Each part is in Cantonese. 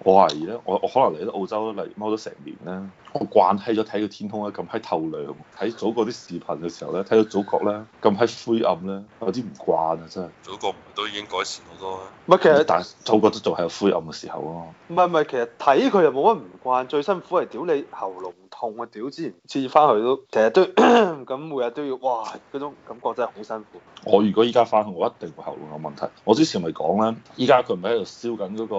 我懷疑咧，我我可能嚟咗澳洲嚟踎咗成年咧，我慣閪咗睇個天空咧咁閪透亮，睇祖國啲視頻嘅時候咧，睇到祖國咧咁閪灰暗咧，有啲唔慣啊真係。祖國唔係都已經改善好多啦。唔係其其實實但係祖國都仲係有灰暗嘅時候咯。唔係唔係，其實睇佢又冇乜唔慣，最辛苦係屌你喉嚨痛啊！屌之前次翻去都其實都 咁每日都要，哇！嗰種感覺真係好辛苦。我如果依家翻去，我一定會喉嚨有問題。我之前咪講咧，依家佢咪喺度燒緊嗰、個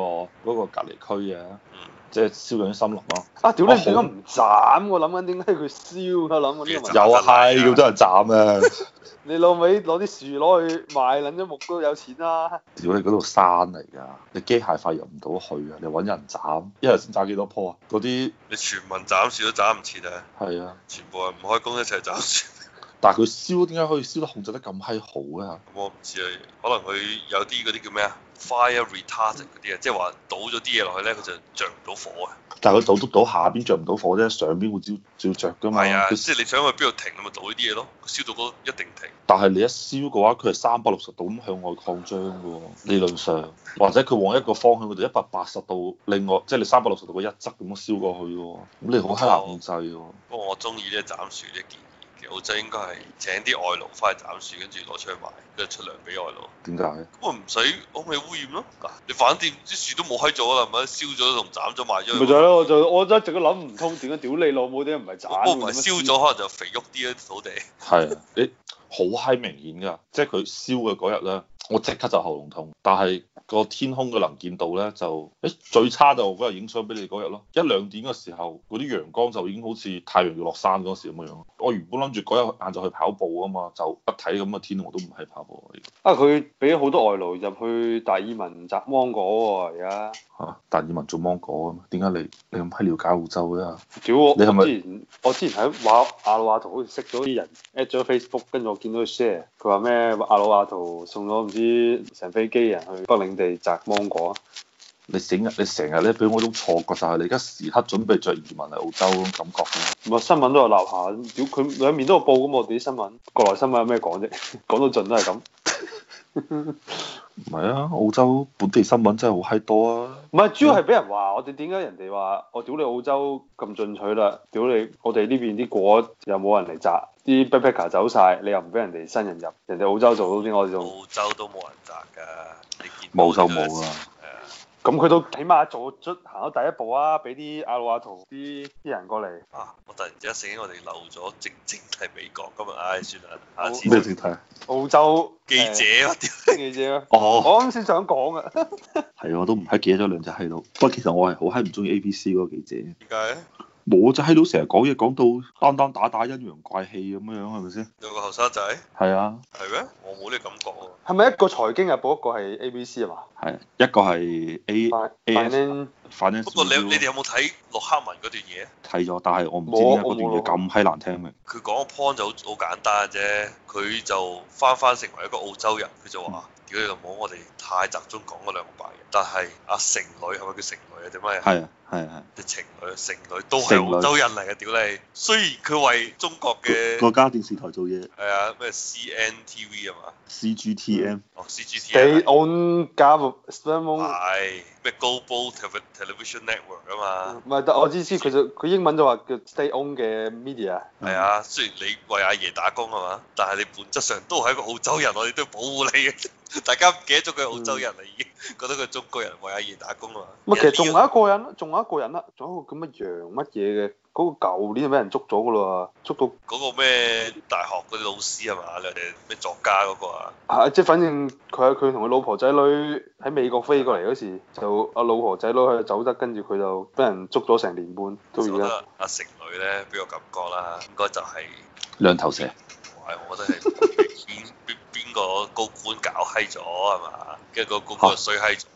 嗰個隔離區嘅，嗯，即係燒緊啲森林咯。啊！屌你我好點解唔斬？我諗緊點解佢燒？我諗緊呢個問題。又係咁多啊人斬啊！你老味攞啲樹攞去賣，撚咗木都有錢啦、屌你嗰度山嚟㗎，你機械化入唔到去啊！你揾人斬，一日先斬幾多棵啊？嗰啲你全民斬樹都斬唔切啊！係啊，全部人唔開工一齊斬樹。但係佢燒點解可以燒得控制得咁閪好啊？咁我唔知啊，可能佢有啲嗰啲叫咩啊，fire retardant 嗰啲啊，即係話倒咗啲嘢落去咧，佢就着唔到火啊。但係佢倒督到下邊着唔到火啫，上邊會照照着哦㗎嘛。係啊，佢即係你想去邊度停，啊你咪倒呢啲嘢咯。佢燒到嗰一定停。但係你一燒嘅話，佢係三百六十度咁向外擴張嘅喎，理論上，或者佢往一個方向，佢就一百八十度，另外即係你三百六十度嘅一側咁樣燒過去嘅喎，咁你好閪難控制嘅喎。不過我中意呢個斬樹呢個建議，其實澳洲應該係請啲外勞翻去斬樹，跟住攞出去賣，跟住出糧俾外勞。點解？咁咪唔使空氣污染咯。嗱，你反掂啲樹都冇閪咗啦，係咪？燒咗同斬咗賣咗佢咪就係咯，我就我一直都諗唔通點解屌你老母啲唔係不斬，過唔係燒咗，可能就肥沃啲啊土地。係啊，你好閪明顯㗎，即係佢燒嘅嗰日咧，我即刻就喉嚨痛，但係個天空嘅能見度咧就，誒最差就嗰日影相俾你嗰日咯，一兩點嘅時候，嗰啲陽光就已經好似太陽要落山嗰時咁嘅樣。我原本諗住嗰日晏晝去跑步啊嘛，就一睇咁嘅天，我都唔係跑步啊。啊！佢俾好多外勞入去大爾文摘芒果喎、而家嚇，達爾文做芒果咁，點解你你咁閪了解澳洲嘅？屌我你係咪我之前我之前喺瓦阿魯瓦圖好似識咗啲人 at 咗 Facebook，跟住我見到佢 share，佢話咩阿魯瓦圖送咗唔知成飛機人去北領地摘芒果，你整日你成日咧俾我種錯覺，就係你而家時刻準備着移民嚟澳洲嗰種感覺啊咯。唔啊係新聞都有鬧下，屌佢兩面都有報咁，我哋啲新聞國內新聞有咩講啫？ 講到盡都係咁。唔係啊，澳洲本地新聞真係好閪多啊！唔係，主要係俾人話我哋點解人哋話我屌你澳洲咁進取啦，屌你我哋呢邊啲果又冇人嚟摘，啲 backpacker 走晒，你又唔俾人哋新人入，人哋澳洲做到啲我哋仲澳洲都冇人摘㗎，你見冇就冇啊！係啊！咁佢都起碼做出行咗第一步啊，俾啲阿魯阿圖啲啲人過嚟，啊！我突然之間醒起，我哋漏咗正正係美國今日，唉、算啦，下次咩正題？啊澳洲記者啊，屌呃記 者啊，哦，我啱先想講啊，係我都唔閪記得咗兩隻閪佬。不過其實我係好閪唔中意 ABC 嗰個記者，點解咧？冇隻閪佬成日講嘢講到單單打打陰陽怪氣咁樣，係咪先？有個後生仔係啊，係咩？我冇呢個感覺喎。係咪一個財經日報，一個係 ABC 啊嘛係啊一個係 A，反哎反正反正不過你你哋有冇睇洛克文嗰段嘢？睇咗，但係我唔知點解嗰段嘢咁閪難聽明。啊佢講個 point 就好好簡單啫，佢就翻翻成為一個澳洲人，佢就嗯話：屌你老母，我哋太集中講嗰兩個白人，但係阿成女係咪叫成女啊？點解？係啊，係啊，啲情侶、剩女都係澳洲人嚟嘅，屌你！雖然佢為中國係啊。嘅國家電視台做嘢係啊咩 CNTV 啊嘛， ，CGTM 哦 they CGT 啊 own 加 Spamon，係咩 Global Tele- Television Network 啊嘛，唔係，但我只知佢就佢英文就話叫 stay on 嘅 media，係啊，雖然你為阿爺打工啊係嘛，但係你本質上都係一個澳洲人，我哋都要保護你嘅。 大家唔記得咗佢係澳洲人啦，已經 覺得佢係中國人為阿爺打工啊嘛。咁啊其實仲有一個人，仲有一個人啦，仲有一個咁嘅洋乜嘢嘅，嗰個舊年就俾人捉咗噶啦，捉到嗰個咩大學嗰啲老師係啊嘛，你哋咩作家嗰個啊？係，即係反正佢佢同佢老婆仔女喺美國飛過嚟嗰時，就阿老婆仔女佢就走得，跟住佢就俾人捉咗成年半，到我覺而家。得阿成女咧，俾我感覺啦，應該就係、兩頭蛇。喂，我覺得係邊邊邊個高官搞閪咗係嘛？跟住個高官又衰閪咗，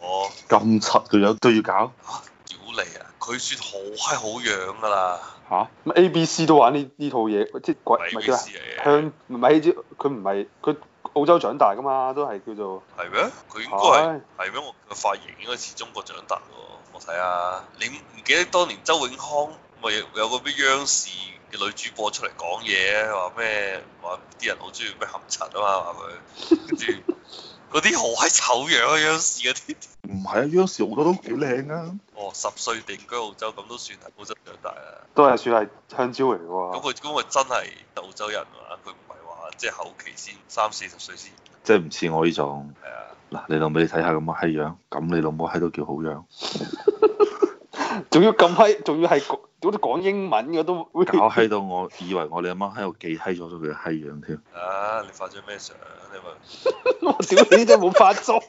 咁柒嘅樣都要搞屌你啊！佢算好閪好樣㗎啦，吓、咁 A B C 都玩呢呢套嘢，即係鬼咪唔係意叫啊思嚟嘅，香唔係佢唔係佢澳洲長大噶嘛，都係叫做係咩？佢應該係係係咩？我個髮型應該似中國長大喎，我睇下。你唔記得當年周永康咪有個咩央視嘅女主播出嚟講嘢，話咩話啲人好中意咩含塵啊嘛，話佢跟住。嗰啲好閪醜樣啊，央視嗰啲。唔係啊，央視好多都幾靚啊。哦，十歲定居澳洲咁都算係澳洲長大啊。都係算係香蕉嚟嘅喎咁。佢咁佢真係澳洲人啊，佢唔係話即係後期先三四十歲先即係唔似我呢種。係啊。嗱，你老母你睇下咁嘅閪樣，咁你老母閪都叫好 樣，仲要咁閪，仲要係講嗰啲講英文嘅都會搞閪到我以為我哋阿媽喺度記閪咗咗佢嘅閪樣添。啊！你發咗咩相？你咪 啊我屌你真係冇化妝，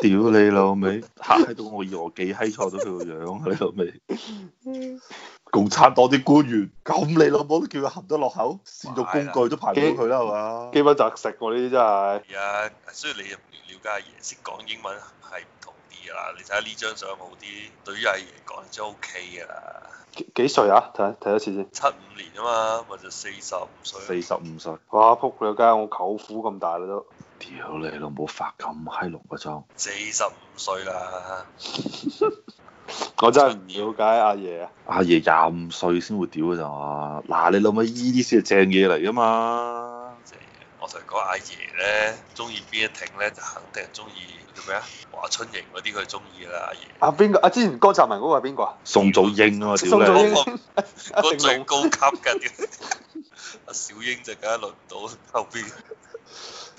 屌你老味，嚇閪到我以為我記閪錯咗佢個樣，啊你老味。 共產黨啲官員，咁你老母都叫佢含得落口，善用工具都排唔到佢啦，係 嘛？基本擇食喎呢啲真係。而家，啊所以你入了解阿爺識講英文係唔同啲㗎啦。你睇下呢張相好啲，對於阿爺講真 OK 㗎啦。幾幾歲啊？睇睇多次先。七五年啊嘛，咪就四十五歲四咯。十五歲，哇！仆你個街，我舅父咁大啦都。屌你老母化咁閪濃嘅妝，四十五歲啦，我真係唔了解阿爺啊。阿爺廿五歲先會屌嘅就嘛。嗱，你老母依啲先係正嘢嚟㗎嘛。即係我同你講阿爺咧，中意邊一挺咧，就肯定係中意叫咩啊？華春瑩嗰啲佢中意啦，阿爺。啊邊個？啊之前江澤民嗰個係邊個啊？宋祖英啊，宋屌 祖你！英、阿個成最龍。高級嘅，阿小英就梗係輪唔到後邊。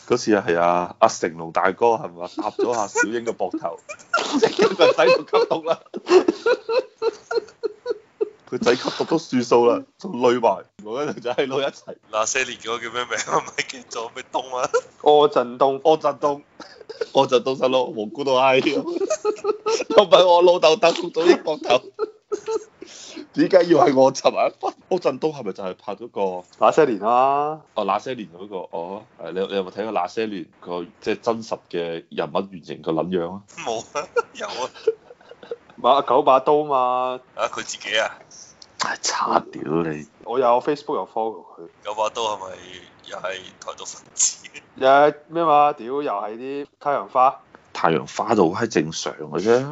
嗰次係啊，阿成龍大哥係咪搭咗下小英嘅膊頭，今日使到吸毒啦。佢仔吸毒都算數啦，仲累埋我嗰陣就喺度一齊。那些年嗰個叫咩名啊？唔係叫做咩東啊？ 柯震東。柯震東，柯震東細佬無辜到閪，同埋我老豆搭到咗啲膊頭，點解要係我尋日？柯震東係咪就係拍咗個哦那些年啊啦。那些年嗰、個哦？誒你你有冇睇過那些年個即係真實嘅人物原型個撚樣啊？冇啊，有啊。買九把刀嘛。啊，佢自己啊，唉，差屌你！我有 Facebook 有 follow 佢。有把刀係咪又係台獨分子？有咩嘛？屌又係啲太陽花。太陽花就好閪正常嘅啫。誒，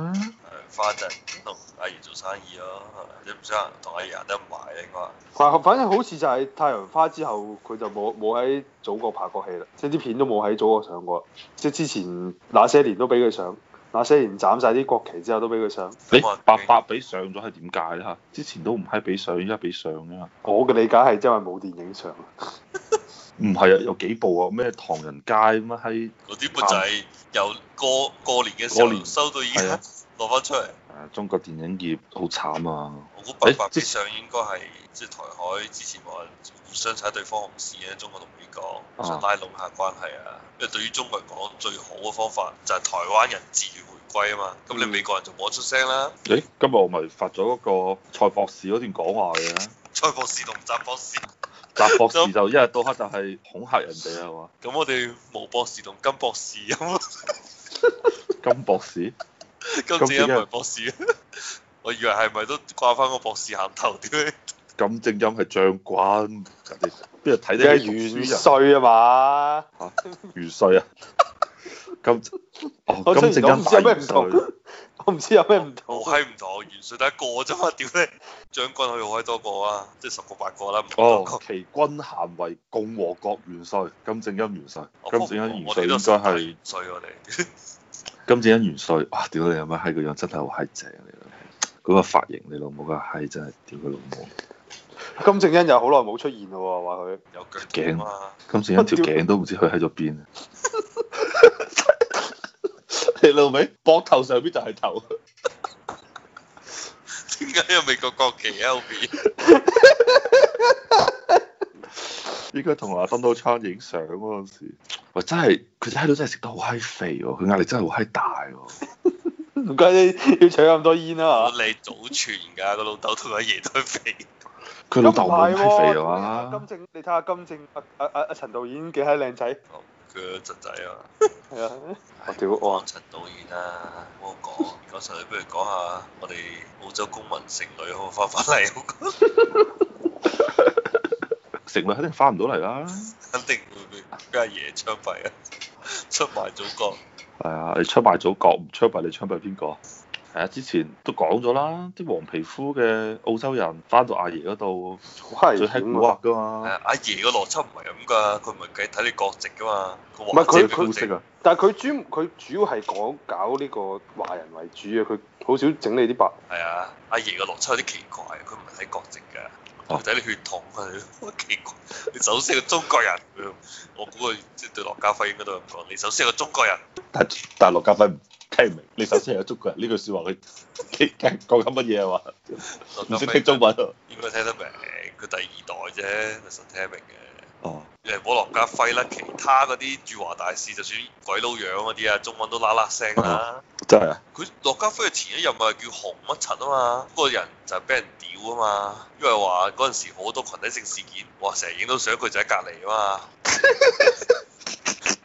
花就係同阿爺做生意咯，係咪？你唔想同阿爺行得唔埋咧，應該。反反正好似就係太陽花之後，佢就冇冇喺祖國拍過戲啦，即係啲片都冇喺祖國上過。即係之前那些年都俾佢上，那些年斬晒啲國旗之後都俾佢上。你咁啊白白俾上咗係點解咧嚇？之前都唔係俾上，依家俾上啫嘛。我嘅理解係因為冇電影上。唔係啊，有幾部啊？咩唐人街乜閪嗰啲咪就係由過過年嘅時啊過年候收到而係家啊攞翻出嚟。誒？啊中國電影業好慘啊！我估白誒白即啲相應該係即係台海之前話互相踩對方紅線嘅，中國同美國啊想拉攏下關係啊。因為對於中國嚟講，最好嘅方法就係台灣人自願回歸啊嘛。咁你嗯美國人就冇得出聲啦。誒，今日我咪發咗嗰個蔡博士嗰段講話 嘅，蔡博士同習博士， 習博士就一日到黑就係恐嚇人哋係 嘛？咁我哋毛博士同金博士有冇？金博士今次啊一為博士， 我以為係咪都掛翻個博士銜頭屌你！金正恩係將軍，人哋邊度睇你得係起讀元書帥啊嘛！人元 帥啊？金我哦，雖金然正我唔恩大知有咩元唔同帥。，我唔知有咩唔好同。閪唔同，元帥得一個啫嘛，屌你！將軍可以好閪多個啊，即係十個八個啦。唔同哦，其君咸為共和國元帥，金正恩元帥，金正恩元帥應該係衰我哋，金正恩元帥。哇！屌你阿媽閪個樣真係好閪正你老母，嗰個髮型你老母個閪真係屌佢老母，金正恩又好耐冇出現咯喎，話佢有腳啊頸嘛，金正恩條頸都唔知佢喺咗邊。 你老味，膊頭上邊就係頭，點解有美國國旗啊喺後邊？應該同阿 Donald Trump 影相嗰陣時，喂真係佢喺度真係食得好閪肥喎，佢壓力真係好閪大喎。唔該你要搶咁多煙啦嚇。你祖傳㗎，個老豆同阿爺都係肥。佢老豆冇咁閪肥啊咁唔係喎嘛金。正，你睇下金正阿阿阿阿陳導演幾閪靚仔，佢個侄仔啊，係啊！我屌我陳導演啊，唔好講。講陳導，不如講下我哋澳洲公民剩女可唔可以翻返嚟？好講食女肯定翻唔到嚟啦。肯定會俾俾阿爺槍斃啊！出賣祖國，係啊，你出賣祖國，唔出賣你出賣邊個？係啊，之前都講咗啦，啲黃皮膚嘅澳洲人翻到阿爺嗰度好危最閪蠱險惑啊！噶係嘛，啊阿爺個邏輯唔係咁㗎，佢唔係計睇你國籍㗎嘛，佢唔係話佢知邊個膚籍色啊，但係佢主佢主要係講搞呢個華人為主啊嘅，佢好少整你啲白。係啊，阿爺個邏輯有啲奇怪，佢唔係睇國籍㗎，哦佢睇你血統佢好奇怪。你首先係個中國人，咁我估佢即係對羅家輝應該都係咁講，你首先係個中國人，但但陸家輝唔聽唔明，你首先係中國人呢句説話，佢你講緊乜嘢啊嘛？羅唔家識聽輝中文啊？應該聽得明，佢第二代啫，佢實聽得明嘅。哦，誒冇羅家輝啦，其他嗰啲駐華大使，就算鬼佬樣嗰啲啊，中文都啦啦聲啦。真係啊！佢羅家輝嘅前一任咪叫洪乜柒啊嘛，嗰、個人就係俾人屌啊嘛，因為話嗰陣時好多群體性事件，哇成日影到相佢就喺隔離啊嘛。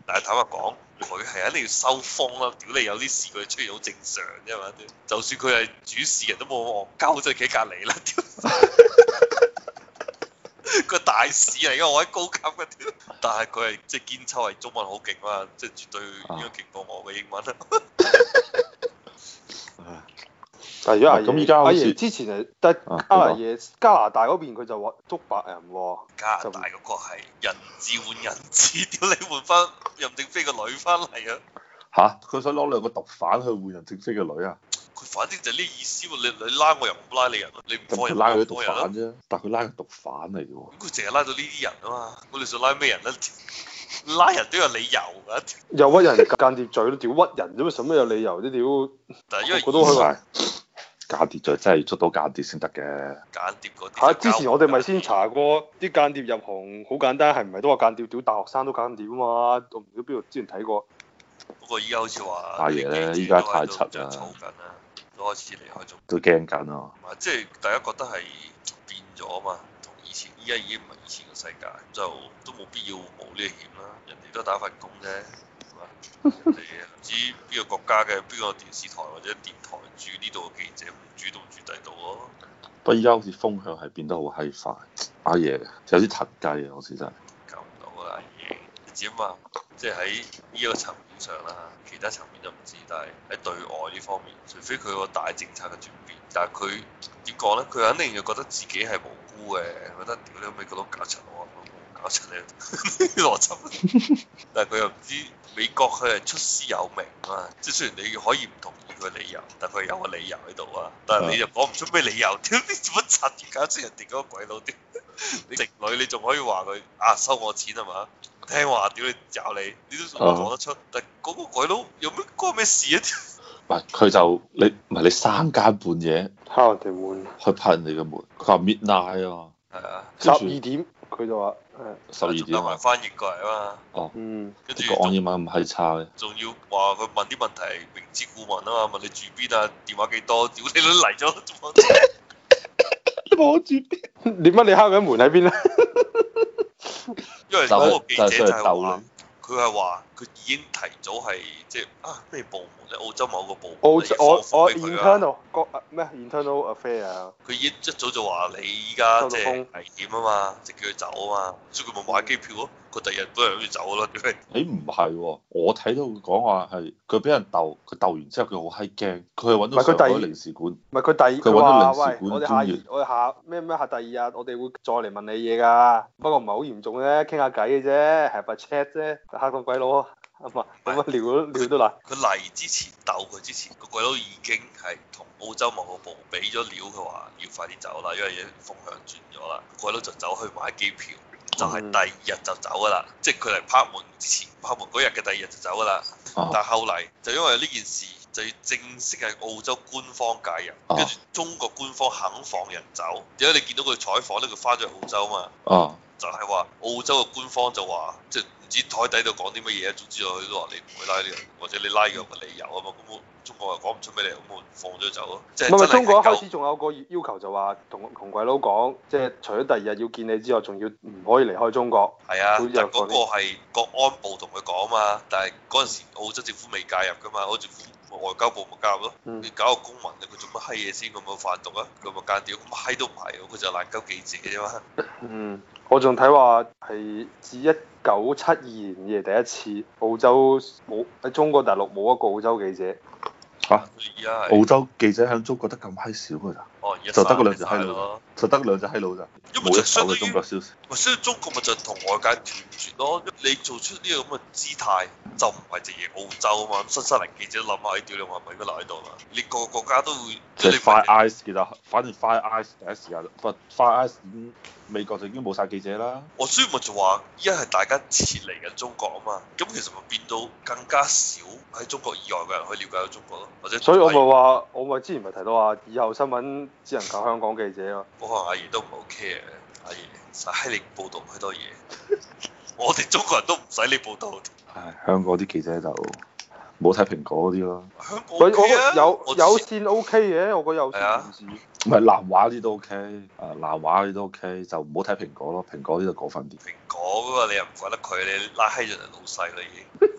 但係坦白講，佢係一定要收風啦，屌你有啲事佢出現好正常啫嘛，就算佢係主事人都冇咁戇鳩，即係企喺隔離啦，屌！個大使嚟嘅，我喺高級嘅，屌但係佢係即係堅秋係中文好勁啊嘛，即係絕對應該勁過我嘅英文啦。但係如果阿爺咁依家好阿似爺之前係得啊加拿你爺加拿大嗰邊佢就話捉白人喎，加拿大嗰個係人質換人質， 屌你換翻任正非個女翻嚟啊！嚇，佢想攞兩個毒販去換人正非嘅女啊，佢反正就呢意思喎，你你拉我又唔拉你人，你唔咁幫佢人拉我佢唔啲毒幫人啊販！啫，但佢拉佢毒販嚟嘅喎。咁佢淨係拉到呢啲人啊嘛，我哋想拉咩人咧？ 拉人都有理由㗎，又屈人 間諜罪，屌屈人啫嘛，使乜有理由啫屌？但係因為我覺得佢係間諜就真係捉到間諜先得嘅，間諜嗰啲嚇！就交換之前我哋咪先查過啲間諜入行好簡單，係唔係都話間諜屌大學生都間諜啊嘛？我唔知邊度之前睇過，不過依家好似話阿爺咧啲記依者家都太喺柒啦度著草緊啦，都開始離開中都驚緊啊！國，即係大家覺得係變咗啊嘛，同以前依家已經唔係以前嘅世界，咁就都冇必要冒呢個險啦。人哋都打份工啫，係嘛？人哋唔知邊個國家嘅邊個電視台或者電台駐呢度嘅記者，唔駐都唔駐第度咯。不過依家好似風向係變得好閪快，阿爺有啲騰雞啊！我先真係救唔到啦，已經。你知啊嘛，即係喺呢個層面上啦，其他層面就唔知，但係喺對外呢方面，除非佢個大政策嘅轉變，但係佢點講咧？佢肯定就覺得自己係無辜嘅，覺得屌你美國佬搞柒我，我搞柒你邏輯。但係佢又唔知美國佢係出師有名啊，即係雖然你可以唔同意佢理由，但佢有個理由喺度啊。但係你又講唔出咩理由，屌你做乜柒要搞出人哋嗰個鬼佬屌？你直女你仲可以話佢啊收我錢係嘛？唔聽話屌你找你，你都仲講得出。但嗰個鬼佬有咩關咩事啊？唔係佢就你唔係你三更半夜敲人哋門去拍人哋嘅門，佢話 midnight 啊，係 啊，十跟二住點佢就話誒十二點仲埋啊，翻譯過嚟啊嘛，嗯跟住啲國安英文唔閪差嘅，仲要話佢問啲問題係明知故問啊嘛，問你住邊啊，電話幾多，屌你都嚟咗，仲問攞住邊？點啊解你敲緊門喺邊咧？因為就嗰係個記就係者出就去係鬥話啦，，佢係話佢已經提早係即係啊咩部門咧，澳洲某個部門澳已洲經放我我風俾佢啊 internal 國咩 internal affair 啊，佢已經一早就話你依家收到即係風危險啊嘛，就叫佢走啊嘛，所以佢咪買機票咯，佢第二日本人都要走 咯，屌你誒唔係喎，我睇到佢講話係佢俾人鬥，佢鬥完之後佢好閪驚，佢去揾唔到係佢上第二海領事館，唔係佢第二佢佢揾到話領事喂，館我哋下二專業我哋下咩咩下第二日我哋會再嚟問你嘢㗎，不過唔係好嚴重啫，傾下偈嘅啫，係咪 chat 啫，嚇到鬼佬啊嘛，咁啊聊都聊都難。佢嚟之前鬥佢之前，個鬼佬已經係同澳洲某個部俾咗料，佢話要快啲走啦，因為風向轉咗啦。個鬼佬就走去買機票，就係、嗯第二日就走噶啦，即係佢嚟拍門之前，拍門嗰日嘅第二日就走噶啦。哦啊但係後嚟就因為呢件事，就要正式係澳洲官方介入，啊哦跟住中國官方肯放人走。點解你見到佢採訪咧？佢翻咗去澳洲嘛？啊就係話澳洲嘅官方就話，即係唔知台底度講啲乜嘢，總之佢都話你唔會拉呢個人，或者你拉佢有個理由啊嘛。咁我中國又講唔出咩理由，咁我放咗佢走咯。即係唔係唔係，真係中國一係開夠始仲有個要求就話同同鬼佬講，即係除咗第二日要見你之外，仲要唔可以離開中國。係啊好似，但有嗰個係國安部同佢講嘛，但係嗰陣時澳洲政府未介入㗎嘛，澳洲政府外交部咪介入咯。嗯你搞個公民佢做乜閪嘢先？佢冇販毒啊？佢咪間諜？咁閪都唔係喎，佢就係爛鳩記者啫嘛。嗯，我仲睇話係自一九七二年以嚟第一次澳洲冇喺中國大陸冇一個澳洲記者，嚇依家係澳洲記者喺中國得咁閪少㗎咋，哦，而家就得嗰兩隻刪曬閪佬咯。就得兩隻閪佬咋，因為冇就一相手當嘅中國於，消息。咪所以中國咪就係同外界斷絕咯。你做出呢個咁嘅姿態，就唔係淨係澳洲啊嘛。新西蘭記者諗下，哎屌你話咪應該留喺度啦。你個個國家都會，即即係啊係你 Fire Eyes 記得，反正 Fire Eyes 第一時間，不 Fire Eyes 已經美國就已經冇晒記者啦。我所以咪就話，依家係大家撤離緊中國啊嘛，咁其實咪變到更加少喺中國以外嘅人可以了解到中國咯，或者所以我咪阿話，我咪之前咪提到話，以後新聞只能靠香港記者咯。我可能阿爺都唔係好 care，阿爺使你報導咁多嘢， 我哋中國人都唔使你報導，唉，香港啲記者就冇睇蘋果嗰啲咯，香港喂，我 OK 覺啊得有我有知線 O K 嘅，我覺得有係啊線唔止。唔係南華呢啲都 OK，啊南華呢啲都 OK，就唔好睇蘋果咯，蘋果呢度過分啲。蘋果嗰個你又唔怪得佢，你拉閪咗人老細啦已經，